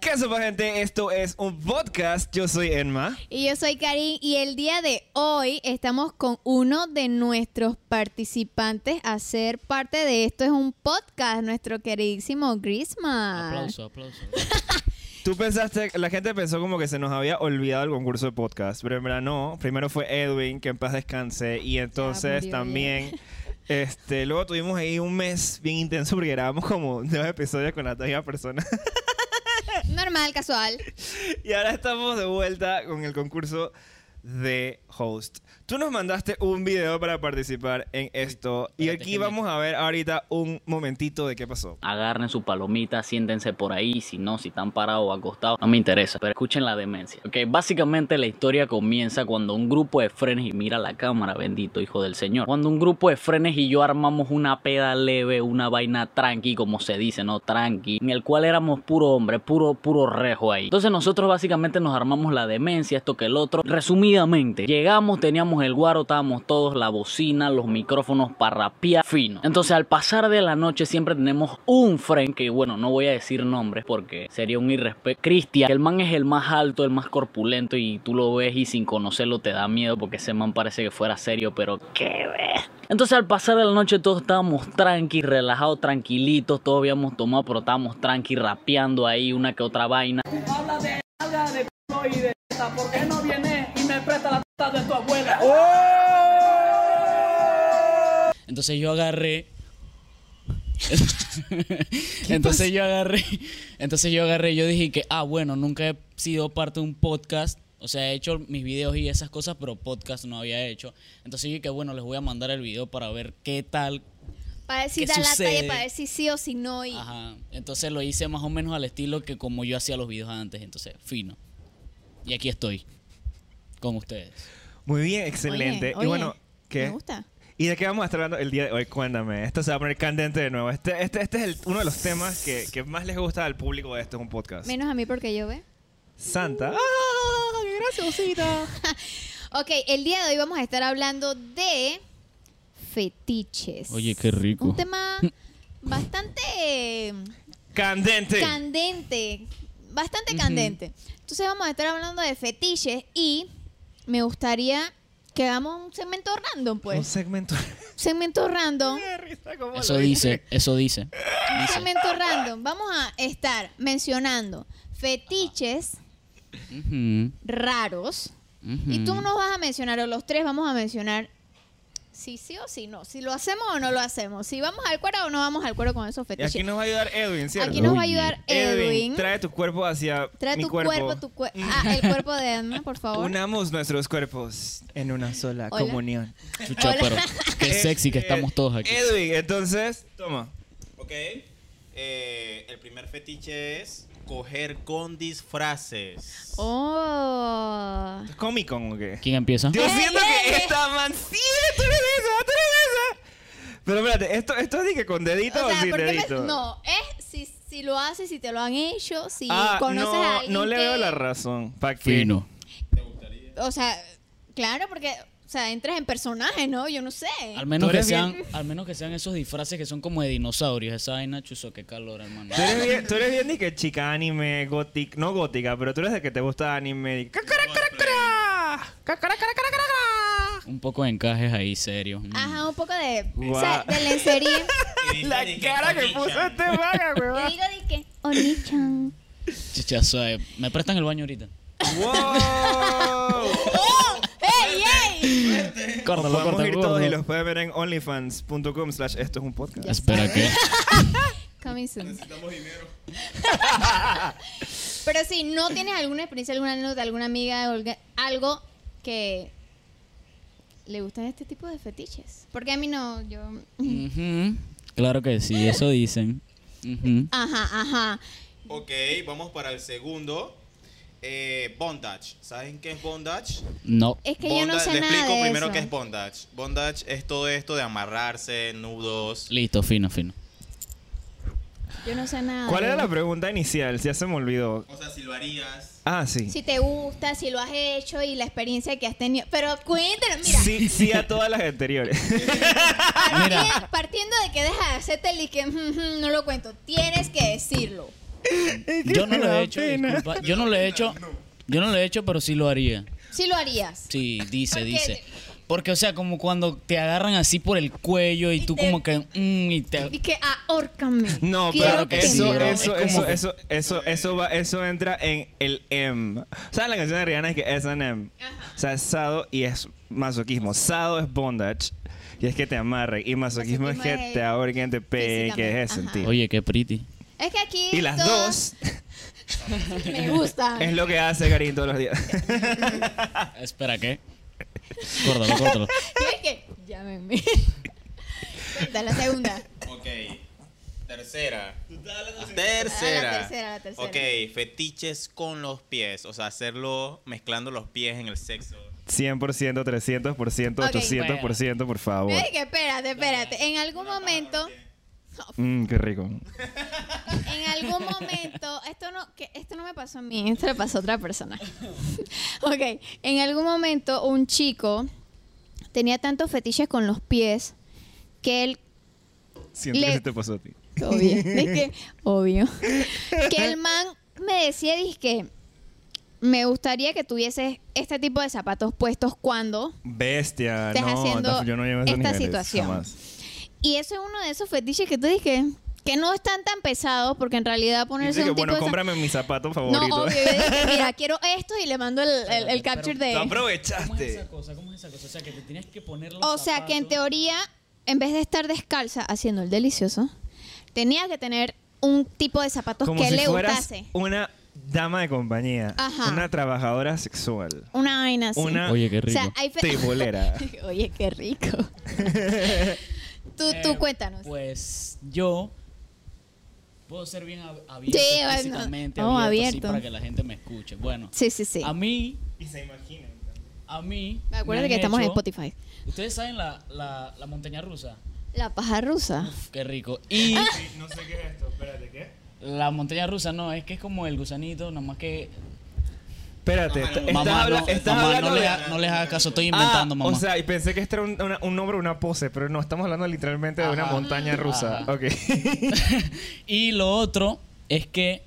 ¿Qué sopa gente? Esto es un podcast. Yo soy Enma. Y yo soy Karin y el día de hoy estamos con uno de nuestros participantes a ser parte de esto. Es un podcast, nuestro queridísimo Grisman. Aplauso, aplauso. Tú pensaste, la gente pensó como que se nos había olvidado el concurso de podcast, pero en verdad no. Primero fue Edwin, que en paz descanse, y entonces murió también... Este, luego tuvimos ahí un mes bien intenso porque grabamos como nueve episodios con la misma persona. Normal, casual. Y ahora estamos de vuelta con el concurso de host. Tú nos mandaste un video para participar en esto y espérate, aquí que me- vamos a ver ahorita un momentito de qué pasó. Agarren su palomita, siéntense por ahí. Si no, si están parados o acostados, no me interesa. Pero escuchen la demencia. Ok, básicamente la historia comienza cuando un grupo de frenes y mira la cámara, bendito hijo del señor. Cuando un grupo de frenes y yo armamos una peda leve, una vaina tranqui, como se dice, no tranqui, en el cual éramos puro hombre, puro, puro rejo ahí. Entonces nosotros básicamente nos armamos la demencia, esto que el otro. Resumidamente, llegamos, teníamos el guaro, estábamos todos, la bocina, los micrófonos para rapear fino. Entonces al pasar de la noche siempre tenemos un friend que bueno, no voy a decir nombres porque sería un irrespeto. Cristian, el man es el más alto, el más corpulento y tú lo ves y sin conocerlo te da miedo porque ese man parece que fuera serio, pero qué ver. Entonces al pasar de la noche todos estábamos tranqui, relajados, tranquilitos, todos habíamos tomado, pero estábamos tranqui, rapeando ahí una que otra vaina. habla de habla de culo y de teta, ¿por qué no vienes y me presta la teta de tu abuela? Entonces yo agarré. entonces yo agarré. Entonces yo agarré. Yo dije que, ah, bueno, nunca he sido parte de un podcast. O sea, he hecho mis videos y esas cosas, pero podcast no había hecho. Entonces yo dije que, bueno, les voy a mandar el video para ver qué tal. Para decir ¿Qué da la sucede? talla, para decir sí o si no. Y Ajá. Entonces lo hice más o menos al estilo que como yo hacía los videos antes. Entonces, fino. Y aquí estoy. Con ustedes. Muy bien, excelente. Oye, y oye, bueno, ¿qué? Me gusta. ¿Y de qué vamos a estar hablando el día de hoy? Cuéntame. Esto se va a poner candente de nuevo. Este, este, este es el- uno de los temas que, que más les gusta al público de esto, es un podcast. Menos a mí porque yo ve. Santa. ¡ah! Ok, el día de hoy vamos a estar hablando de fetiches. Oye, qué rico. Un tema bastante eh, ¡Candente! candente. Bastante candente. Entonces vamos a estar hablando de fetiches y me gustaría que hagamos un segmento random, Un pues. segmento. segmento random. Qué risa, ¿cómo Eso lo dice, eso dice. Un segmento random. Vamos a estar mencionando fetiches Ujú, raros. ujú. Y tú nos vas a mencionar, o los tres vamos a mencionar, si sí o si no, si lo hacemos o no lo hacemos, si vamos al cuero o no vamos al cuero con esos Y aquí fetiches. nos va a ayudar Edwin, ¿cierto? Aquí nos va a Oye. ayudar Edwin. trae Trae, tu cuerpo hacia mi tu cuerpo. Mm. cuerpo, tu cuerpo. Ah, el cuerpo de Edna, por favor. Unamos nuestros cuerpos en una sola Hola. comunión. Chucha, Hola. pero qué Eh, sexy que eh, estamos todos aquí. Edwin, entonces, toma. Ok. eh, el primer fetiche es coger con disfraces. Oh. ¿Es Comic Con o qué? ¿Quién empieza? Yo Ey, siento ey, que ey. esta man sí, tú eres esa, tú eres esa. Pero espérate, ¿esto, esto es de que con O dedito o, sea, sin ¿por qué me- dedito? no, es si, si lo haces, si te lo han hecho, si Ah, conoces no, a alguien. no le que- veo la razón. Pa' que- Fino. O sea, claro, porque, o sea, entras en personaje, ¿no? Yo no sé. Al menos, Tú que eres sean, bien- al menos que sean esos disfraces que son como de dinosaurios. Esa vaina, chuzo, qué calor, hermano. Tú eres bien, tú eres bien de que chica anime, gótica, no gótica, pero tú eres de que te gusta anime. de- ¡Cacara, cara, cara! ¡Cacara, cara, cara, cara, cara! Un poco de encajes ahí, serio. Mm. Ajá, un poco de, o Guau. sea, de lencería. Y dice, La dije, cara que "Onichan". puso este vaga, y weón. digo de que, Oni-chan. Chucha, suave. ¿Me prestan el baño ahorita? ¡Wow! ¡Oh! ¡Ey, ey! Nos Córtalo, podemos ir córtalo, todos y córtalo. los pueden ver en onlyfans.com slash esto es un podcast. Espera, ¿qué? Coming soon. Necesitamos dinero. Pero si no tienes alguna experiencia, alguna anécdota, alguna amiga, olga- algo que le gustan este tipo de fetiches. Porque a mí no, yo... Ujú. Claro que sí, eso dicen. Ujú. Ajá, ajá. Ok, vamos para el segundo. Eh, bondage. ¿Saben qué es bondage? No. Es que yo no Bondage- sé les nada explico de primero eso. qué es bondage. Bondage es todo esto de amarrarse, nudos. Listo, fino, fino. Yo no sé nada. ¿Cuál de era la eso. pregunta inicial? Ya se me olvidó. O sea, si lo harías. Ah, sí. Si te gusta, si lo has hecho y la experiencia que has tenido. Pero cuéntanos, mira. Sí, sí a todas las anteriores. Partien- Mira. Partiendo de que dejas de hacerte el y que mm, mm, no lo cuento, tienes que decirlo. Yo no lo he hecho, disculpa. Yo no lo he hecho. Yo no lo he hecho, pero sí lo haría. Sí lo harías. Sí, dice, ¿Por qué? dice. Porque, o sea, como cuando te agarran así por el cuello y tú te- como que... mm, y te- Y que ahórcame. No, pero Quiero que eso, me- bro. eso, Es eso, como- eso, eso, eso va, eso entra en el M. ¿Sabes la canción de Rihanna es que es un M? O sea, es sado y es masoquismo. Sado es bondage y es que te amarren. Y masoquismo, es Masoquismo que es te ahorquen, te peguen, que es físicamente, ajá. sentir. Oye, qué pretty. Es que aquí. Y las dos dos Me gustan. es lo que hace Karim todos los días. Espera, ¿qué? Córtalo, córtalo. Y es que. Llámenme. Cuenta la segunda. Ok. Tercera. Ah, Tercera. la tercera, la tercera. Ok, fetiches con los pies. O sea, hacerlo mezclando los pies en el sexo. 100%, 300%, 800%, por favor. Es que espérate, espérate. En algún momento. Mmm, qué rico. En algún momento, esto no, que esto no me pasó a mí, esto le pasó a otra persona. ok, en algún momento un chico tenía tantos fetiches con los pies que él, Siento que Le- se te pasó a ti. obvio, es que- obvio, que el man me decía, que me gustaría que tuvieses este tipo de zapatos puestos cuando... Bestia, Estás no, haciendo estás- yo no llevo esos esta niveles, situación. jamás. Y eso es uno de esos fetiches que tú dije, que no están tan pesados porque en realidad ponerse Dice que, un tipo bueno, de zap- cómprame mi zapato No, favorito. obvio. Yo dije, mira, quiero esto y le mando el, el- el capture Lo de... aprovechaste. cosa? ¿Cómo es esa cosa? O sea, que te tienes que poner O sea, que en teoría, en vez de estar descalza haciendo el delicioso, tenía que tener un tipo de zapatos Como que si le fueras gustase. una dama de compañía. Ajá. Una trabajadora sexual. Una vaina así. Una Oye, qué O rico. sea, hay fe- tebolera. Oye, qué rico. tú, tú cuéntanos. Eh, Pues yo... Puedo ser bien ab- abierto Sí, bueno. físicamente, Vamos, abierto, así abierto. para que la gente me escuche. Bueno, Sí, sí, sí. a mí, Y se imaginan. a mí... Me acuerdo han que estamos en hecho- Spotify. Ustedes saben la, la, la montaña rusa. La paja rusa. Uf, qué rico. Y Ah, No sé qué es esto, espérate, ¿qué? la montaña rusa no, es que es como el gusanito, nada más que. Espérate, estás, Mamá, habla- no, estás mamá, hablando no, le de- ha- no les hagas caso, estoy Ah, inventando, mamá. O sea, y pensé que este era un, una- un nombre, una pose, pero no, estamos hablando literalmente de una Ajá. montaña rusa. Ajá. Ok. y lo otro es que,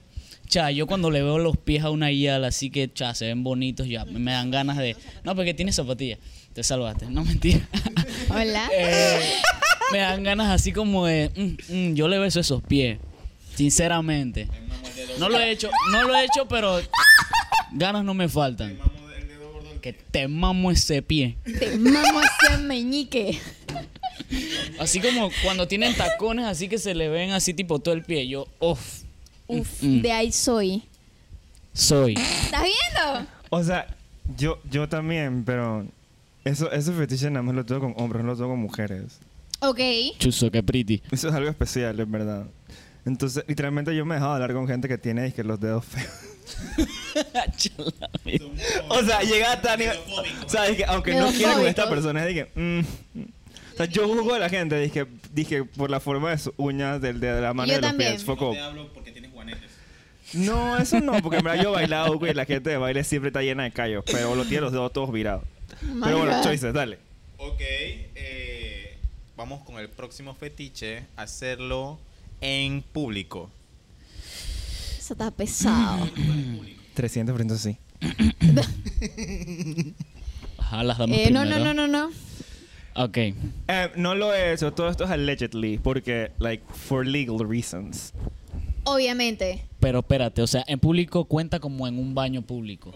cha, yo cuando le veo los pies a una yala, así que, cha, se ven bonitos, ya, me dan ganas de. No, porque tiene zapatillas. Te salvaste, no mentira. Hola. Eh, me dan ganas así como de. mm, mm, yo le beso esos pies, sinceramente. No lo he hecho, no lo he hecho, pero ganas no me faltan. Que te mamo ese pie. Te mamo ese meñique. Así como cuando tienen tacones, así que se le ven así tipo todo el pie. Yo, uff, Uf, Mm. de ahí soy. soy. ¿Estás viendo? O sea, yo, yo también, pero eso, esos fetiches nada más lo tengo con hombres, no lo tengo con mujeres. Ok. Chuso, que pretty. Eso es algo especial, en verdad. Entonces, literalmente yo me he dejado hablar con gente que tiene dizque, los dedos feos. Chala, mira. o sea, llega a tal nivel- O sea, dizque, aunque no Dedos quiera con fóbicos. esta persona, es de que... mm, mm. O sea, yo juzgo a la gente, dije, dije por la forma de sus uñas, del, de la mano y Yo de los también. pies. Foco. hablo porque tienes guanetes. No, eso no, porque en verdad yo he bailado, güey, y la gente de baile siempre está llena de callos, pero lo tiene los dedos todos virados. my pero bueno, God. choices, dale. Ok, eh, vamos con el próximo fetiche, hacerlo en público. Eso está pesado. 300% sí. Ajá, las damas Eh, no, no, primero. no, no, no. Ok. Eh, no lo he hecho, todo esto es allegedly, porque, like, for legal reasons. Obviamente. Pero espérate, o sea, en público cuenta como en un baño público.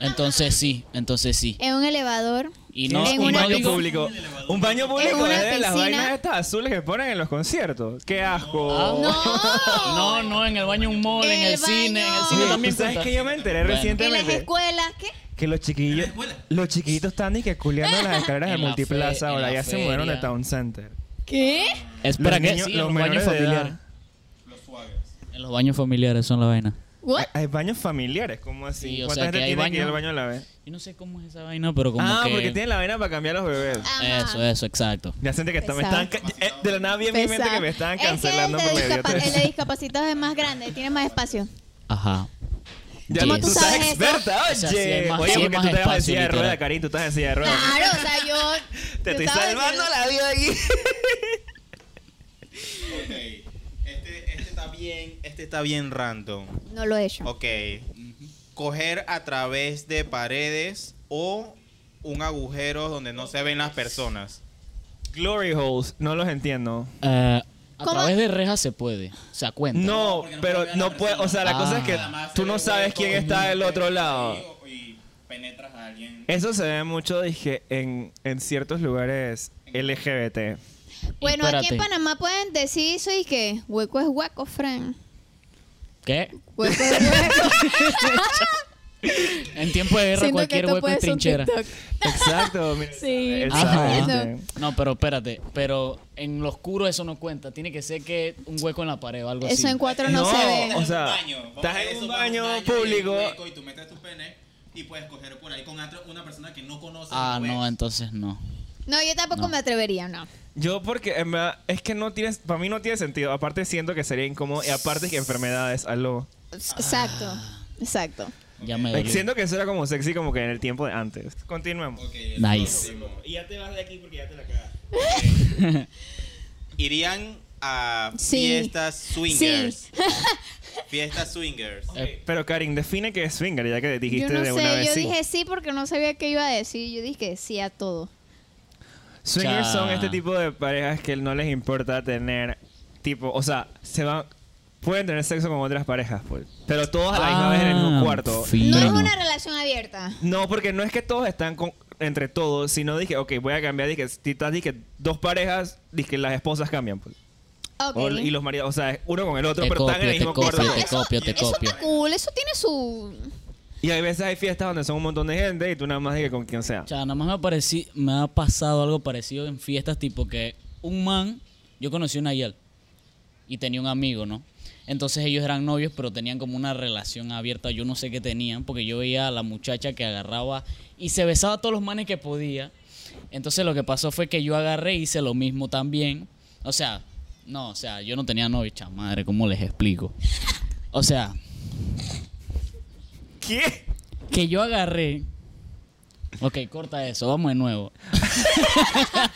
Entonces sí, entonces sí. En un elevador. Y no, En y un no una baño digo- público. Un baño En público una es de las piscina. vainas estas azules que ponen en los conciertos. ¡Qué asco! Ah, No. No, no, en el baño un mall, En en el el cine, en el baño. Oye, cine ¿tú también ¿Sabes cuenta. que yo me enteré Bueno. En las recientemente? escuelas, ¿qué? Que los chiquillos, los chiquillitos están y que culeando las escaleras de En la multiplaza fe- en ahora la ya se mudaron de feria. Town Center. ¿Qué? Eh, Los Espera, que niños- sí, en los los baños menores de familiares. edad. En los baños familiares son la vaina. What? Hay baños familiares, ¿cómo así? Sí, o ¿Cuánta sea, gente que hay tiene que ir al baño- baño a la vez? Yo no sé cómo es esa vaina, pero como Ah, que... Ah, porque tienen la vaina para cambiar a los bebés. Ajá. Eso, eso, exacto. Ya siente que está- me Pesado. están... ca- eh, de la nada bien mi mente Pesado. que me estaban Es que cancelando el por de, la discapa- el de idiotez. discapacitados es más grande, tiene más espacio. Ajá. Ya ¿Cómo tú tú estás sabes eso? experta, O sea, sí hay oye. más- Oye, sí hay porque más tú te vas de espacio, silla de rueda, literal. Ah. Karin, tú estás en silla de rueda. Claro, o sea, yo. Te yo estoy estaba salvando diciendo- la vida aquí. Ok, este, este está bien, este Este está bien random. No lo he hecho. Ok. Coger a través de paredes o un agujero donde no se ven las personas. Glory holes, no los entiendo. Eh, a ¿Cómo? través de rejas se puede. O sea, cuenta. No, porque no pero puede ver a no la puede, o sea, la persona. cosa es que Además, tú se no ve sabes hueco. quién está del otro lado. Y penetras a alguien. Eso se ve mucho, dije, en, en ciertos lugares LGBT. Bueno, aquí espérate. en Panamá pueden decir eso y que hueco es hueco, Fran. ¿Qué? Hueco es hueco. En tiempo de guerra Siento que cualquier esto hueco puede es ser un trinchera. TikTok. Exacto. mira, Sí. exactamente. Ajá. No, pero espérate, pero en lo oscuro eso no cuenta. Tiene que ser que un hueco en la pared o algo así. Eso en cuatro no, No, o se ve. sea, estás en un baño público. Y tú metes tu pene y puedes coger por ahí con otra- una persona que no conoces. Ah, ves. no, entonces no. No, yo tampoco me atrevería, no. Yo porque en verdad es que no tienes, para mí no tiene sentido. Aparte siento que sería incómodo y aparte que enfermedades, algo. Exacto, exacto. Ya me dolió. Siento que eso era como sexy como que en el tiempo de antes. Continuemos. Nice. Y ya te vas de aquí porque ya te la quedas. Irían a Sí. fiestas swingers. Fiestas swingers. Eh, Pero Karin, define qué es swinger, ya que dijiste yo no de una sé, vez yo sí. dije sí porque no sabía qué iba a decir. Yo dije que sí a todo. Swingers Cha. son este tipo de parejas que no les importa tener tipo, o sea, se van pueden tener sexo con otras parejas, pues. Pero todos a la misma Ah, vez en el mismo cuarto. fino. No es Bueno. una relación abierta. No, porque no es que todos están con- entre todos, sino dije, ok, voy a cambiar, dije, si estás, dije, dos parejas, dije, las esposas cambian, pues. Ok. O- y los maridos, o sea, uno con el otro, Te pero copio, están en el te mismo copio, cuarto. te copio, te eso copio. está cool, eso tiene su... Y hay veces hay fiestas donde son un montón de gente y tú nada más dije con quien sea. O sea, nada más me ha, pareci- me ha pasado algo parecido en fiestas, tipo que un man, yo conocí a Nayel y tenía un amigo, ¿no? Entonces ellos eran novios, pero tenían como una relación abierta, yo no sé qué tenían, porque yo veía a la muchacha que agarraba y se besaba a todos los manes que podía. Entonces lo que pasó fue que yo agarré y hice lo mismo también. O sea, no, o sea, yo no tenía novio, chamadre, ¿cómo les explico? O sea, ¿Qué? que yo agarré... Ok, corta eso, vamos de nuevo.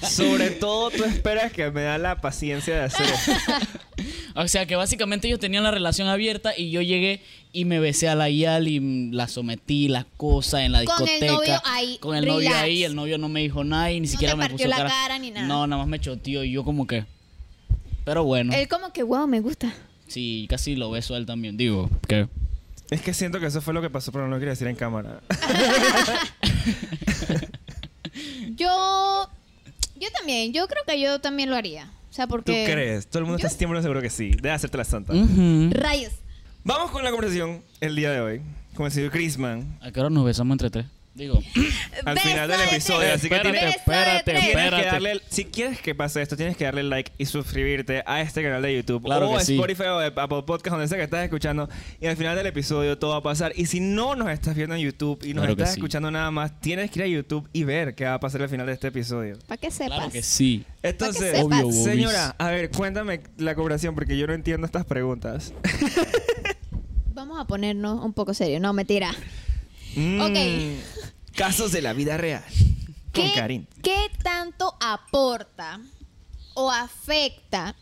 Sobre todo tú esperas que me da la paciencia de hacer esto. O sea que básicamente ellos tenían la relación abierta y yo llegué y me besé a la Yal y mm, la sometí, las cosas en la Con el discoteca. novio ahí, Con el novio relax. ahí, el novio no me dijo nada y ni te siquiera me partió puso la cara. cara ni nada. No, nada más me choteó y yo como que. Pero bueno, Él como que, wow, me gusta. sí, casi lo beso a él también. Digo, que Es que siento que eso fue lo que pasó, pero no lo quería decir en cámara. Yo... Yo también, yo creo que yo también lo haría. O sea, ¿Tú porque... crees? Todo el mundo está siempre seguro que sí. Debe hacerte la santa. ¿Mm? Rayos. Vamos con la conversación el día de hoy con el señor Chrisman. ¿A qué hora nos besamos entre tres? Digo, Al Beso final del de episodio, tres. así que tiene- Beso de espérate, tres. Tienes que Espérate. darle- si quieres que pase esto, tienes que darle like y suscribirte a este canal de YouTube Claro o que a sí. Spotify o a Apple Podcast, donde sea que estás escuchando. Y al final del episodio todo va a pasar. Y si no nos estás viendo en YouTube y nos Claro que estás sí. escuchando nada más, tienes que ir a YouTube y ver qué va a pasar al final de este episodio. Para que sepas. claro que sí. Entonces, sepas. Obvio, Bobis. señora, a ver, cuéntame la cooperación porque yo no entiendo estas preguntas. Vamos a ponernos un poco serio. No, mentira. Mm, Ok. Casos de la vida real. Con ¿Qué, Karin. ¿Qué tanto aporta o afecta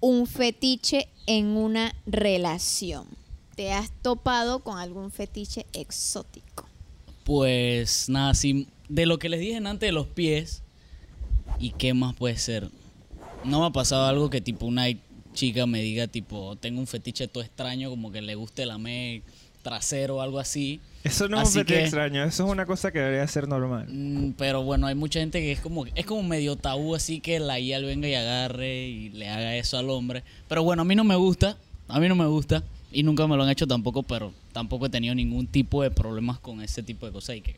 un fetiche en una relación? ¿Te has topado con algún fetiche exótico? Pues nada, sí, de lo que les dije antes de los pies, ¿y qué más puede ser? No me ha pasado algo que tipo una chica me diga tipo, tengo un fetiche todo extraño, como que le guste la me trasero o algo así. Eso no es Así un fetiche que- extraño, eso es una cosa que debería ser normal. Mm, Pero bueno, hay mucha gente que es como es como medio tabú así que la IAL venga y agarre y le haga eso al hombre. Pero bueno, a mí no me gusta, a mí no me gusta y nunca me lo han hecho tampoco, pero tampoco he tenido ningún tipo de problemas con ese tipo de cosas y que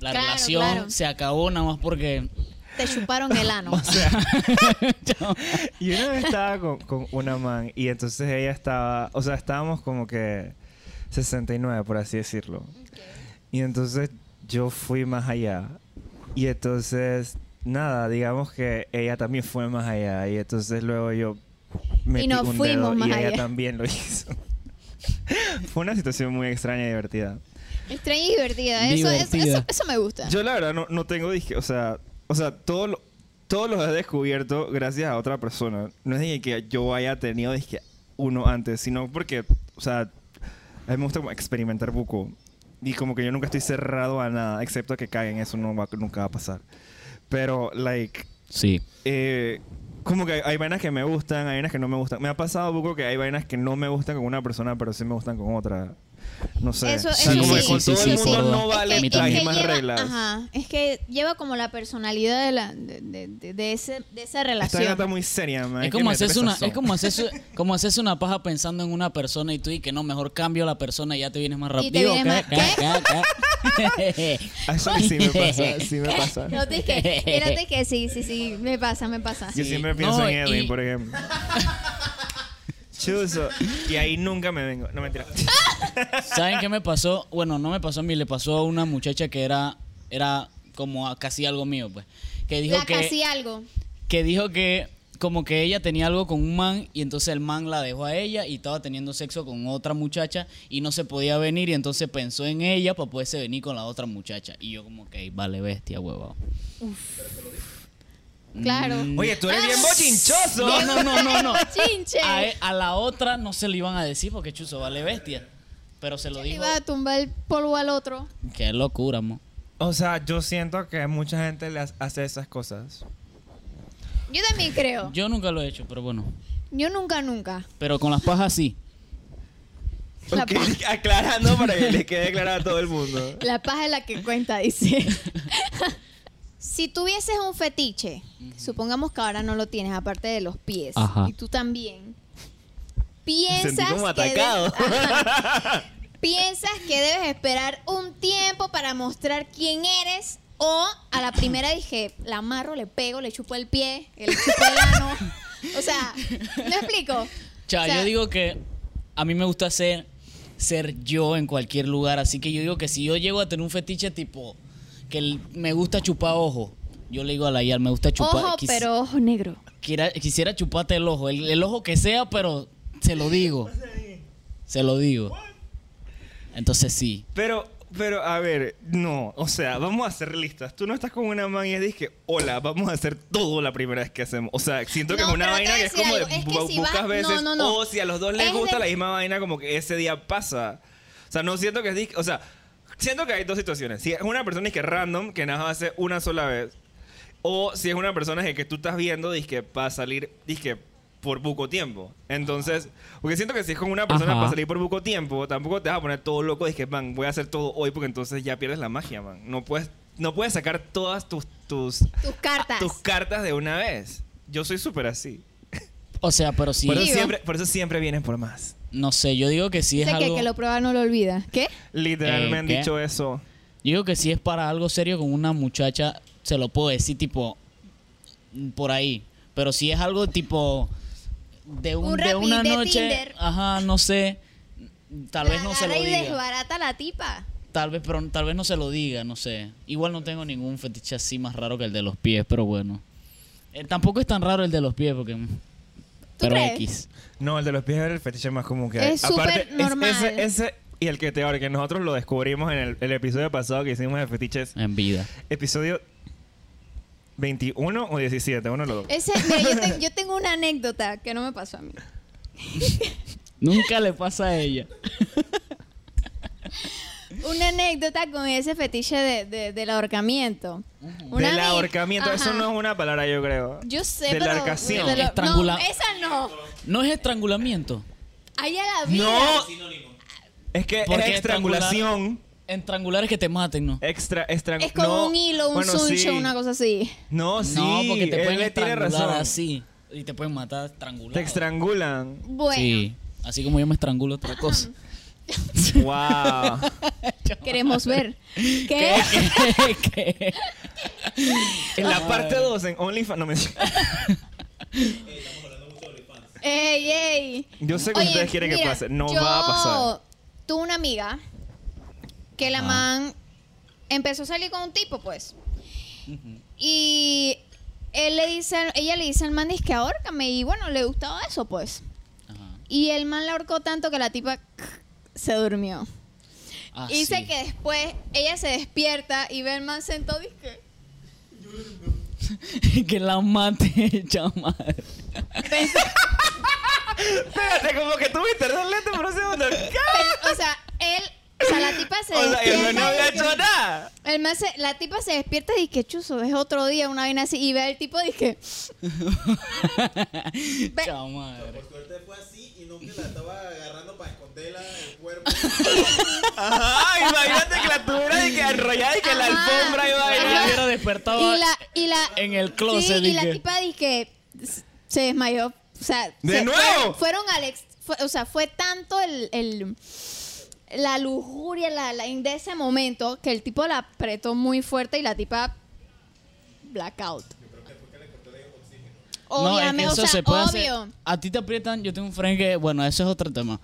la Claro, relación claro. se acabó nada más porque Te chuparon el ano. Y una vez estaba con, con una man y entonces ella estaba, o sea, estábamos como que 69, por así decirlo. Y entonces yo fui más allá. Y entonces, nada, digamos que ella también fue más allá. Y entonces luego yo metí nos un fuimos dedo más y ella allá. también lo hizo. fue una situación muy extraña y divertida. Extraña y divertida. Eso, eso, Divertida. eso- eso me gusta. Yo la verdad no, no tengo dije, o sea, o sea, todo lo, todo lo he descubierto gracias a otra persona. No es de que yo haya tenido dije, uno antes, sino porque, o sea, a mí me gusta como experimentar buco. Y como que yo nunca estoy cerrado a nada, excepto que caigan, eso no va- nunca va a pasar. Pero, like, Sí. eh, como que hay vainas que me gustan, hay vainas que no me gustan. Me ha pasado poco que hay vainas que no me gustan con una persona, pero sí me gustan con otra. No sé. Eso- o sea, eso como sí. que con Sí, todo sí, el sí, mundo sí. no vale es que, las es que mismas lleva, reglas. Ajá, es que lleva como la personalidad de, la, de, de- de- de ese, de esa Esta relación. vaina está muy seria, man. hay Es que como, meterle hacerse una, sazón. es como hacerse, como hacerse una paja pensando en una persona y tú y que no, mejor cambio a la persona y ya te vienes más rápido. Y te vienes Ca- más- ca- ca- ca. Ah, Eso sí me pasa, sí me pasa. No te que, fíjate que sí, sí, sí, me pasa, me pasa. Yo Sí. siempre pienso No, en Edwin, y- por ejemplo. Chuzo. Y ahí nunca me vengo. No, mentira. ¿Saben qué me pasó? Bueno, no me pasó a mí, le pasó a una muchacha que era, era como a- casi algo mío, pues. Que dijo La que, casi algo. que dijo que como que ella tenía algo con un man y entonces el man la dejó a ella y estaba teniendo sexo con otra muchacha y no se podía venir y entonces pensó en ella para poderse venir con la otra muchacha. Y yo como que, vale, bestia, huevado. Claro. Oye, tú eres bien bochinchoso. No, no, no, no, no. Chinche. A, e- a la otra no se lo iban a decir porque Chuzo vale bestia. Pero se lo Le dijo. iba a tumbar el polvo al otro. Qué locura, mo. O sea, yo siento que mucha gente le hace esas cosas. Yo también creo. Yo nunca lo he hecho, pero bueno. Yo nunca, nunca. Pero con las pajas sí. La Ok, aclarando para que le quede claro a todo el mundo. La paja es la que cuenta, dice. si tuvieses un fetiche, supongamos que ahora no lo tienes, aparte de los pies, Ajá. y tú también, piensas Sentí como que de- atacado. Ajá. piensas que debes esperar un tiempo para mostrar quién eres. O a la primera dije, la amarro, le pego, le chupo el pie, le chupo el ano. O sea, ¿me explico? Cha, O sea, yo digo que a mí me gusta ser, ser yo en cualquier lugar. Así que yo digo que si yo llego a tener un fetiche tipo que el- me gusta chupar ojo, yo le digo a la IAR, me gusta chupar. Ojo, quis- pero ojo negro. quiera- quisiera chuparte el ojo, el, el ojo que sea, pero se lo digo. Se lo digo. Entonces sí. Pero, pero, a ver, no. O sea, vamos a ser listas. Tú no estás con una man y es que, hola, vamos a hacer todo la primera vez que hacemos. O sea, siento que No, es una pero te voy a vaina que es decir como de algo. Es que bu- si pocas vas- no, veces. no, no. O si a los dos les Es gusta de- la misma vaina, como que ese día pasa. O sea, no siento que es. dis- O sea, siento que hay dos situaciones. Si es una persona es que random, que nada más hace una sola vez. O si es una persona que, que tú estás viendo, que para salir, que por poco tiempo. Entonces, porque siento que si es con una persona Ajá. para salir por poco tiempo, tampoco te vas a poner todo loco, que man, voy a hacer todo hoy porque entonces ya pierdes la magia, man. No puedes, no puedes sacar todas tus, tus, Ah, Tus cartas. tus cartas de una vez. Yo soy súper así. O sea, pero sí. Por eso, Digo. siempre, por eso siempre vienen por más. No sé, yo digo que sí es Sé que el algo. que lo prueba no lo olvida. ¿Qué? Literalmente Eh, han ¿qué? dicho eso. Yo digo que si es para algo serio con una muchacha, se lo puedo decir tipo por ahí. Pero si es algo tipo de, un- Un de rapi, una de noche, Tinder. ajá, no sé, tal La vez no se lo agarra y diga. desbarata la tipa. Tal vez, pero tal vez no se lo diga, no sé. Igual no tengo ningún fetiche así más raro que el de los pies, pero bueno. Eh, tampoco es tan raro el de los pies porque mm, pero crees? X. No, el de los pies es el fetiche más común que hay. Es súper es- normal. ese, ese y el que te ahora que nosotros lo descubrimos en el, el episodio pasado que hicimos de fetiches. En vida. Episodio 21 o 17, uno de los dos. Ese, mira, yo, te- yo tengo una anécdota que no me pasó a mí. Nunca le pasa a ella. Una anécdota con ese fetiche de, de- del ahorcamiento. Una Del amiga- ahorcamiento, eso Ajá. no es una palabra, yo creo. Yo sé, de la pero... ahorcación. de lo- Estrangula- No, esa no. No es estrangulamiento. Allá la vida. No, es que es Porque estrangulación. Estrangular es que te maten, ¿no. Extra, estran- Es con no, un hilo, un bueno, suncho, sí. una cosa así. No, sí, no, porque te él pueden le tiene estrangular razón. así. Y te pueden matar estrangulado. Te estrangulan. Bueno, Sí. Así como yo me estrangulo otra cosa. wow. queremos ver. ¿Qué? ¿Qué? En la parte 2 en OnlyFans. No me ey, ey. Yo sé que Oye, ustedes quieren que mira, pase. No yo va a pasar. Ah. Tuve una amiga que la man empezó a salir con un tipo, pues. Y él le dice, al- ella le dice al man, dice que ahórcame. Y bueno, le gustaba eso, pues. Ajá. Y el man la ahorcó tanto que la tipa se durmió. Ah, y dice sí. que después ella se despierta y ve al man sentado, dice que... que la mate, chama. Espérate, como que tuve internet lento por un segundo. ¿Qué? Pero, o sea, él, o sea, la tipa se ¡Ah! O sea, y el despierta man no había y- hecho nada. el man se- la tipa se despierta y que chuzo, es otro día, una vaina así, y ve al tipo y que Chao, madre. Por suerte fue así y no que la estaba agarrando para esconderla el cuerpo. Ajá, imagínate que la tuviera y que enrollada y que la Ajá. alfombra y Ella vaina. hubiera despertado y la, y la en el closet, sí, y la dije. tipa dije se desmayó. O sea, ¿De se- nuevo? Fueron, fueron al ex- fue- o sea, fue tanto el, el- la lujuria la, la- de ese momento que el tipo la apretó muy fuerte y la tipa blackout. Obviamente, no, es que eso o sea, se puede hacer. obvio. A ti te aprietan, yo tengo un friend que, bueno, eso es otro tema.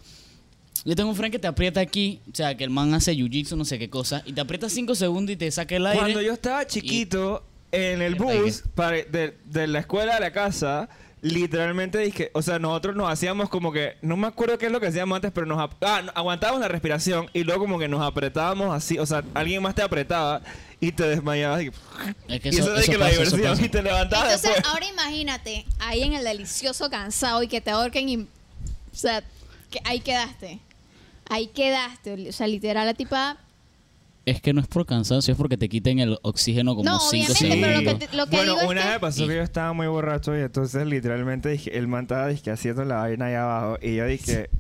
Yo tengo un friend que te aprieta aquí, o sea, que el man hace jiu-jitsu, no sé qué cosa, y te aprieta 5 segundos y te saca el aire. Cuando yo estaba chiquito, en el Y- bus para- de, de la escuela a la casa, literalmente dije, o sea, nosotros nos hacíamos como que, no me acuerdo qué es lo que hacíamos antes, pero nos ap- ah, no, aguantábamos la respiración y luego como que nos apretábamos así, o sea, alguien más te apretaba y te desmayabas. Y, Es que y eso, eso, de eso que la pasa, eso diversión pasa. y te levantabas Entonces, después. ahora imagínate, ahí en el delicioso cansado y que te ahorquen y. O sea, que ahí quedaste. Ahí quedaste. O sea, literal, la tipa. Es que no es por cansancio, es porque te quiten el oxígeno como No, 5 obviamente, segundos. pero lo que te- bueno, digo es una que- vez pasó que yo estaba muy borracho y entonces literalmente dije, el man estaba dizque haciendo la vaina ahí abajo y yo dije,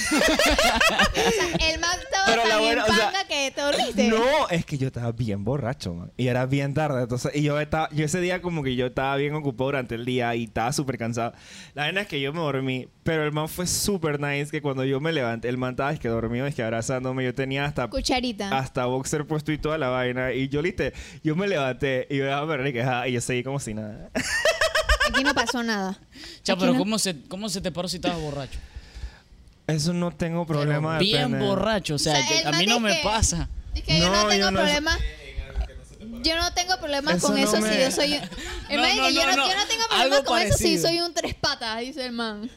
O sea, el man estaba Pero la tan buena- o en sea, panga que te dormiste. No, es que yo estaba bien borracho, man. Y era bien tarde. Entonces, y yo estaba, yo ese día como que yo estaba bien ocupado durante el día y estaba súper cansado. La verdad es que yo me dormí, pero el man fue súper nice que cuando yo me levanté, el man estaba es que dormido, es que abrazándome. Yo tenía hasta Cucharita. hasta boxer puesto y toda la vaina. Y yo lite, yo me levanté y yo dejaba ver y que, ajá, y yo seguí como si nada. Aquí no pasó nada. Cha, Aquí pero no- ¿cómo se, ¿cómo se te paró si estabas borracho? Eso no tengo Pero problema de bien pene. borracho, o sea, O sea, el yo- a mí man no me dije- pasa. Es que yo No, no tengo yo no- problemas. Yo no tengo problemas Eso con no eso me- si yo soy un... El No, man no, dice, yo, no, no, no. yo no tengo Algo problemas con eso si parecido. soy un tres patas, dice el man.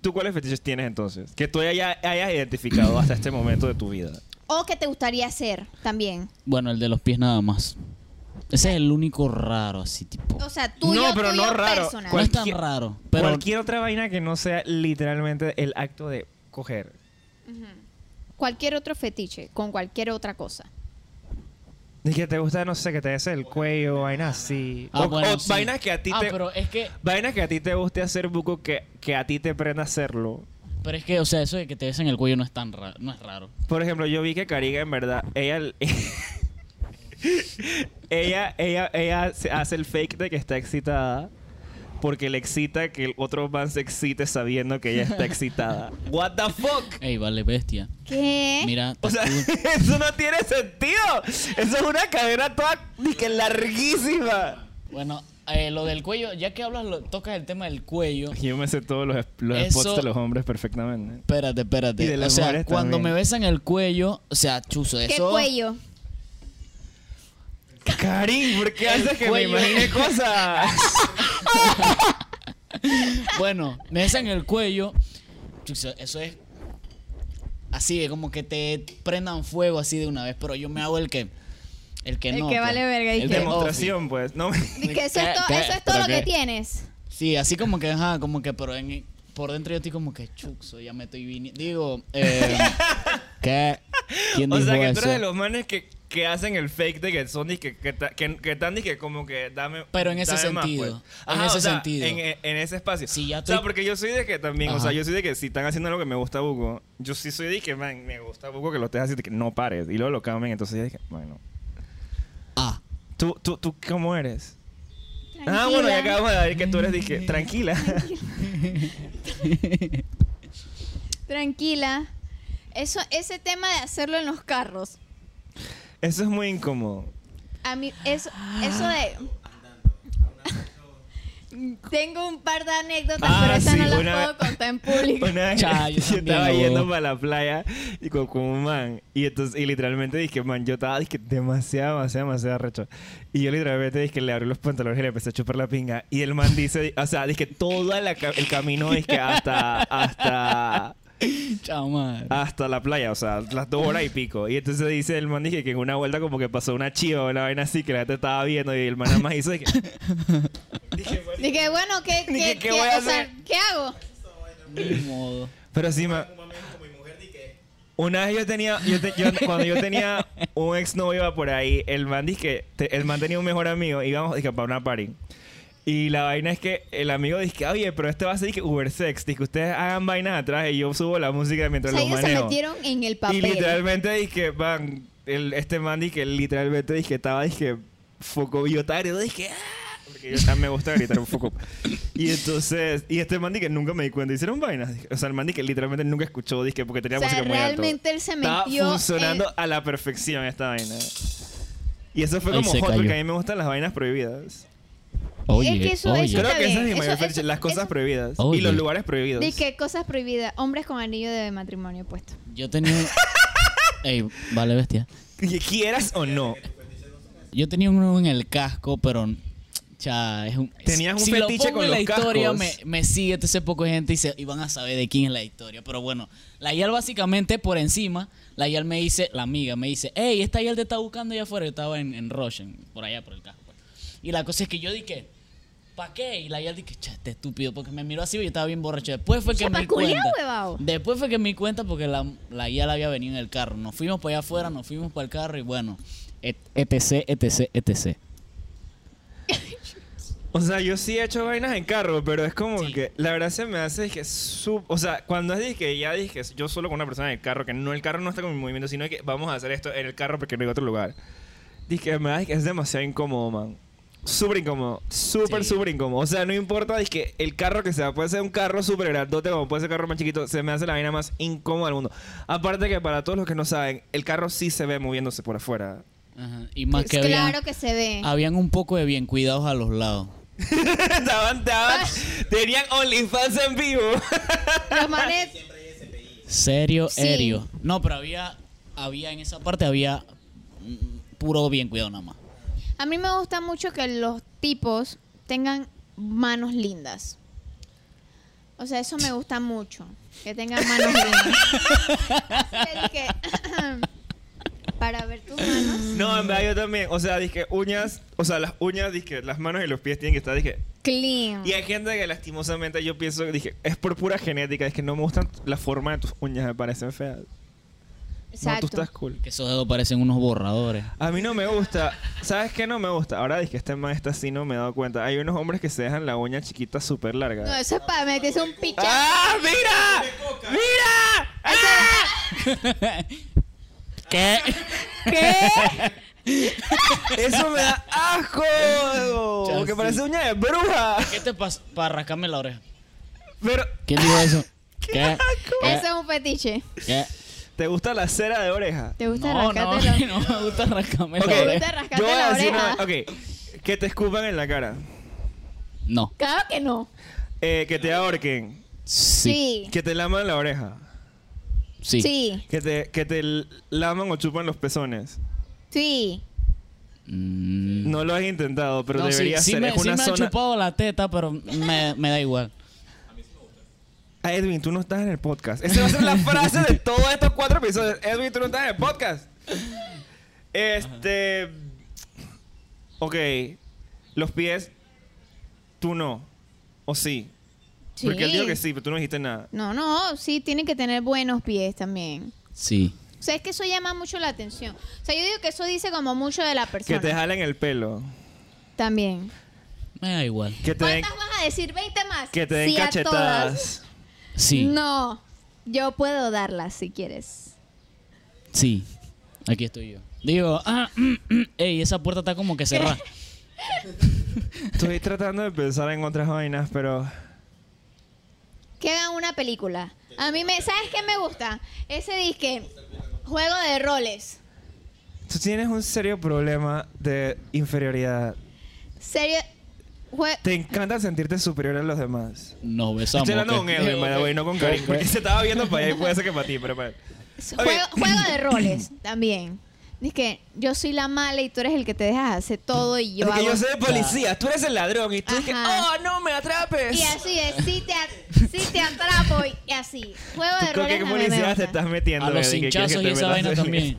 ¿Tú cuáles fetiches tienes entonces? Que tú haya- hayas identificado hasta este momento de tu vida. O que te gustaría hacer también. Bueno, el de los pies nada más. Ese es el único raro, así tipo. O sea, tuyo, No, pero tuyo no raro. personal. No es tan cualquier- raro, pero Cualquier otra vaina que no sea literalmente el acto de coger. Cualquier otro fetiche, con cualquier otra cosa. Y que te gusta, no sé, que te des el cuello, vainas así. Ah, o bueno, o sí. vainas que a ti Ah, te. pero es que Vainas que a ti te guste hacer, Buco, que, que a ti te prenda hacerlo. Pero es que, o sea, eso de que te besen el cuello no es tan raro, no es raro. Por ejemplo, yo vi que Cariga, en verdad, ella. ella, ella, ella se hace el fake de que está excitada. Porque le excita que el otro man se excite sabiendo que ella está excitada. ¿What the fuck? Ey, vale, bestia. ¿Qué? Mira, O sea, estás tú- eso no tiene sentido. Eso es una cadena toda ni que larguísima. bueno, eh, lo del cuello, ya que hablas, lo- tocas el tema del cuello. Yo me sé todos los, los Eso- spots de los hombres perfectamente. Espérate, espérate. Y de las o sea, mujeres cuando también. me besan el cuello, o sea, chuzo, ¿Qué eso. cuello? Karim, ¿por qué haces que me cuello. imagine cosas? Bueno, me besan el cuello, chuzo, eso es así de como que te prendan fuego así de una vez, pero yo me hago el que el que El no. que pues. vale verga, El dije. que- Demostración, pues. No me- Dice que eso es, to- ¿Qué? eso es todo lo ¿Pero que qué? tienes. Sí, así como que, ajá, como que, pero en- por dentro yo estoy como que chuxo, ya me estoy viniendo. Digo, eh, ¿qué? ¿Quién O dijo sea, que tú eso? eres de los manes que, que hacen el fake de que son disque- que, ta- que, que están disque como que dame. Pero en ese dame más, sentido, pues. en Ajá, ese o sea, sentido. En, en- en ese espacio. Sí, ya o sea, estoy- porque yo soy de que también, o Ajá. sea, yo soy de que si están haciendo algo que me gusta Buco, yo sí soy de que, man, me gusta Buco que lo estés haciendo, que no pares. Y luego lo cambian, entonces yo dije, bueno. Ah, ¿Tú, tú, tú cómo eres? Ah, bueno, ya acabamos de ver que tú eres dije, tranquila. Tranquila. Eso, ese tema de hacerlo en los carros. Eso es muy incómodo. A mí, eso, eso de. Tengo un par de anécdotas, Ah, pero esas sí, no las una- puedo contar en público. Una vez Cha, yo, yo también, estaba huevón. yendo para la playa y con, con un man. Y entonces, y literalmente dije, man, yo estaba dije, demasiado, demasiado, demasiado recho. Y yo literalmente dije, le abrí los pantalones y le empecé a chupar la pinga. Y el man dice, o sea, dije, todo el camino dije, hasta, hasta, chao, madre. hasta la playa, o sea, las dos horas y pico. Y entonces dice el man, dije, que en una vuelta como que pasó una chiva, una vaina así, que la gente estaba viendo y el man nada más hizo, dije, Dije, bueno, ¿qué, qué, Dije, ¿qué qué- voy a o sea, hacer? ¿qué hago? Ni modo. Pero sí, ma- una vez yo tenía, yo te- yo- cuando yo tenía un exnovio iba por ahí, el man dizque, te- el man tenía un mejor amigo, íbamos dizque, para una party. Y la vaina es que el amigo dice, oye, pero este va a ser dizque, Uber Sex, que ustedes hagan vainas atrás y yo subo la música O mientras sea, lo ellos se manejo. metieron en el Y papel. literalmente dije, van, el, este man dije, literalmente dije, estaba dije, focobiotario, dije, ¡ah! porque yo también me gusta gritar foco. Y entonces, y este man dije, nunca me di cuenta, hicieron vainas. dizque. O sea, el man dije, literalmente nunca escuchó, dije, porque tenía o sea, música muy alto. realmente él se Estaba metió. funcionando a la perfección esta vaina. Y eso fue Ahí como se hot, porque cayó. a mí me gustan las vainas prohibidas. Oye, que eso- oye. eso- Creo está que ese es bien, mi eso- mayor fetiche, eso- las cosas eso- prohibidas. Oye. Y los lugares prohibidos. De que cosas prohibidas. Hombres con anillo de matrimonio puesto. Yo tenía. un- Ey, vale, bestia. Y Quieras o no. Yo tenía uno en el casco, pero. Cha, es un, Tenías un si fetiche lo pongo con en la los historia, me, cascos. me sigue entonces poco gente y, se, y van a saber de quién es la historia. Pero bueno, la Yal básicamente por encima, la Yal me dice, la amiga me dice, hey, esta Yal te está buscando allá afuera. Yo estaba en, en Roshen, por allá, por el casco. pues. Y la cosa es que yo dije, ¿para qué? Y la Yal dije, cha, este estúpido, porque me miró así y yo estaba bien borracho. Después fue que Chapa, me di culiao, cuenta. huevao. Después fue que me di cuenta porque la, la guía la había venido en el carro. Nos fuimos para allá afuera, nos fuimos para el carro y bueno, et- etc, etc, etc. O sea, yo sí he hecho vainas en carro, pero es como que la verdad se me hace que su, o sea, cuando es que ya dije yo solo con una persona en el carro, que no el carro no está con mi movimiento, sino que vamos a hacer esto en el carro porque no hay otro lugar. Dije, que me da que es demasiado incómodo, man. Súper incómodo, súper, Sí. súper incómodo. O sea, no importa, dije que el carro que sea, puede ser un carro súper grandote como puede ser un carro más chiquito, se me hace la vaina más incómoda del mundo. Aparte que para todos los que no saben, el carro sí se ve moviéndose por afuera. Ajá, Y más Pues que habían, claro que se ve. habían un poco de bien cuidados a los lados. estaban, estaban, tenían OnlyFans en vivo. Los manes. Serio, Sí. serio. No, pero había, había en esa parte había mm, puro bien cuidado nada más. A mí me gusta mucho que los tipos tengan manos lindas. O sea, eso me gusta mucho. Que tengan manos lindas. Es que- para ver tus manos. No, en verdad yo también. O sea, dije uñas, o sea, las uñas, dije las manos y los pies tienen que estar, dije. Clean. Y hay gente que lastimosamente yo pienso, dije, es por pura genética, es que no me gustan la forma de tus uñas, me parecen feas. No, tú Exacto. estás cool. Que esos dedos parecen unos borradores. A mí no me gusta. ¿Sabes qué no me gusta? Ahora dije, este man está así, no me he dado cuenta. Hay unos hombres que se dejan la uña chiquita súper larga. No, eso es para meterse un pichazo. ¡Ah, mira! ¡Mira! ¡Ah! ¿Qué? ¡Eso me da asco! Como que sí. parece uña de bruja. ¿Qué te pasa? Para rascarme la oreja. Pero, ¿Quién dijo eso? ¿Qué? Ah. Eso es un fetiche. ¿Qué? ¿te gusta la cera de oreja? ¿Te gusta No, no, rascarte los- no me gusta rascarme Ok, la gusta oreja. rascarte yo voy a la decir oreja? una- ok, que te escupan en la cara, No. Claro que no. eh, que te ahorquen, Sí. Sí. que te laman la oreja, Sí. Sí. que te, que te l- laman o chupan los pezones. Sí. Mm. No lo has intentado, pero No, sí- debería sí ser. me, es sí una me han zona. chupado la teta, pero me, me da igual. Ah, Edwin, tú no estás en el podcast. Esa va a ser la frase de todos estos cuatro episodios. Edwin, tú no estás en el podcast. Este. Ok, los pies, tú no. ¿O sí? Sí. Porque él dijo que sí, pero tú no dijiste nada. No, no. Sí, tienen que tener buenos pies también. Sí. O sea, es que eso llama mucho la atención. O sea, yo digo que eso dice como mucho de la persona. Que te jalen el pelo. También. Me da igual. Que te den, ¿Cuántas vas a decir? ¿20 más? que te den Sí, a todas. cachetadas. Sí. No, yo puedo darlas si quieres. Sí. Aquí estoy yo. Digo, ah, mm, mm, ey, esa puerta está como que cerrada. Estoy tratando de pensar en otras vainas, pero. Que hagan una película. A mí me... ¿Sabes qué me gusta? Ese disque, juego de roles. Tú tienes un serio problema de inferioridad. Serio... jue- Te encanta sentirte superior a los demás. Nos besamos. Estoy hablando con ¿ok? Edwin, by the way, no con Karim. Porque se estaba viendo para allá y puede ser que para ti, pero para él. Ok. juego, juego de roles también. Dice, yo soy la mala y tú eres el que te dejas hacer todo y yo Porque hago... yo soy el policía, tú eres el ladrón y tú dices, Ajá. ¡Oh, no me atrapes! Y así es, si te, a- sí te atrapo y- y así. Juego de ¿Tú con roles qué también me policía te gusta. estás metiendo? A los Edwin, eh, que quieres que hinchazos y te esa metas vaina en- también.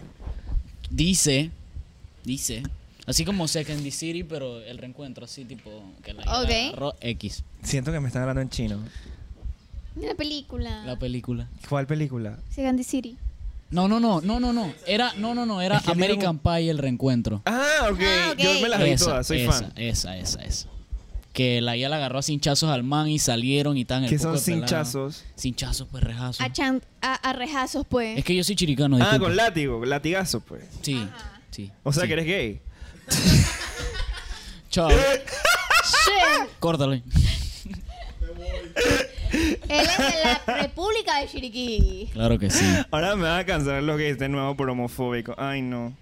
Dice, dice, así como Second City, pero el reencuentro, así tipo. Que la, Ok. la- ro- X. Siento que me están hablando en chino. La película. La película. ¿Cuál película? Sí, Gandhi City. No, no, no, no, no, no. Era, no, no, no. Era Es que American Pie el reencuentro. Ah, ok. Ah, ok. Yo me las vi Esa, todas, soy esa, fan. Esa, esa, esa. Que la IA la agarró a cinchazos al man y salieron y tan ¿Qué son cinchazos? Cinchazos, pues rejazos. A, chan- a, a rejazos, pues. Es que yo soy chiricano, Ah, disculpa. con látigo, con latigazo, pues. Sí, sí. O sea sí. que eres gay. Chao. Shit. Córtale. Él es de la República de Chiriquí. Claro que sí. Ahora me van a cancelar los gays de nuevo por homofóbico. Ay, no.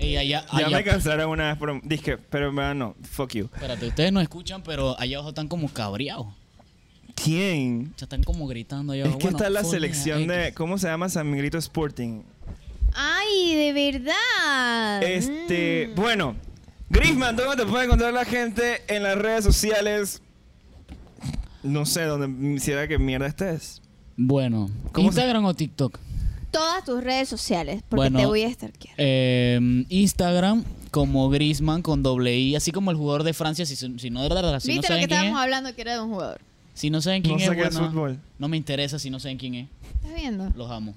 Y allá, Ya allá- me cancelaron una vez por hom- Dije, pero en verdad no. Fuck you. Espérate, ustedes no escuchan, pero allá abajo están como cabreados. O ¿Quién? sea, están como gritando allá Es abajo. que Bueno, está la fuck selección yeah, de. X. ¿Cómo se llama San Miguelito Sporting? Ay, de verdad. Mm. Este. Bueno, Grisman, ¿dónde te puede encontrar la gente en las redes sociales? No sé, donde será que mierda estés. Bueno, ¿Cómo se- Instagram o TikTok. Mm. Todas tus redes sociales, porque Bueno. te voy a stalkear. Eh, Instagram como Griezmann con doble I, así como el jugador de Francia. Si, si no, si no ¿Viste lo que saben quién estábamos es, hablando que era de un jugador? si no saben No quién es, saques bueno, fútbol. no me interesa si no saben quién es. ¿Estás viendo? Los amo.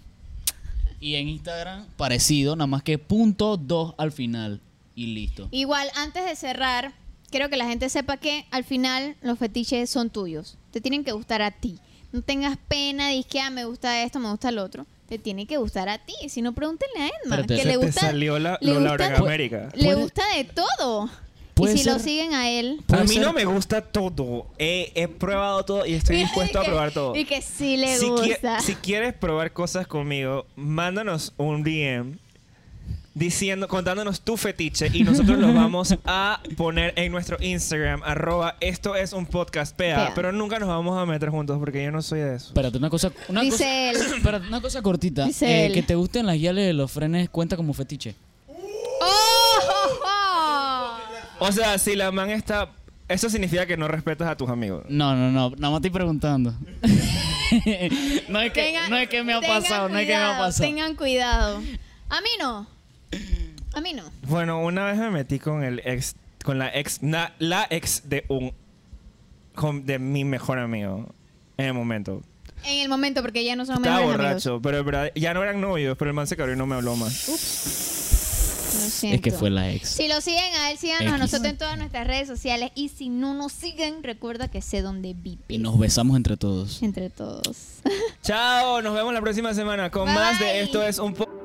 Y en Instagram parecido, nada más que punto dos al final y listo. Igual, antes de cerrar, quiero que la gente sepa que al final los fetiches son tuyos. Te tienen que gustar a ti. No tengas pena de que ah, me gusta esto, me gusta lo otro. Te tiene que gustar a ti. Si no, pregúntenle a Edma. Espérate. que Se le te gusta, salió la le Lola gusta- en América. Le Puede- gusta de todo. Y puede si lo ser- siguen a él. Puede A mí ser- no me gusta todo. He, he probado todo y estoy dispuesto a que- probar todo. Y que sí le si, qui- gusta. si quieres probar cosas conmigo, mándanos un DM diciendo, contándonos tu fetiche y nosotros los vamos a poner en nuestro Instagram, arroba esto es un podcast PA, PA. pero nunca nos vamos a meter juntos porque yo no soy de eso. Espérate, una cosa. Una Dice cosa, él. espérate, una cosa cortita. Dice Eh, él. que te gusten las guiales de los frenes cuenta como fetiche. ¡Oh! O sea, si la man está... Eso significa que no respetas a tus amigos. No, no, no. Nada más estoy preguntando. no, es que, Tengan- no es que me ha tengan pasado, no es que me ha cuidado, pasado. Tengan cuidado. A mí no. A mí no. Bueno, una vez me metí con el ex, con la ex, na- la ex de un, con- de mi mejor amigo en el momento. En el momento, porque ya no son Estaba mejores borracho, pero en verdad, ya no eran novios, pero el man se cabró y no me habló más. amigos. Lo siento. Es que fue la ex. Si lo siguen a él, síganos a X. nosotros en todas nuestras redes sociales. Y si no nos siguen, recuerda que sé dónde Y vive. nos besamos entre todos. Entre todos. Chao, nos vemos la próxima semana con más Bye. de Esto es un podcast.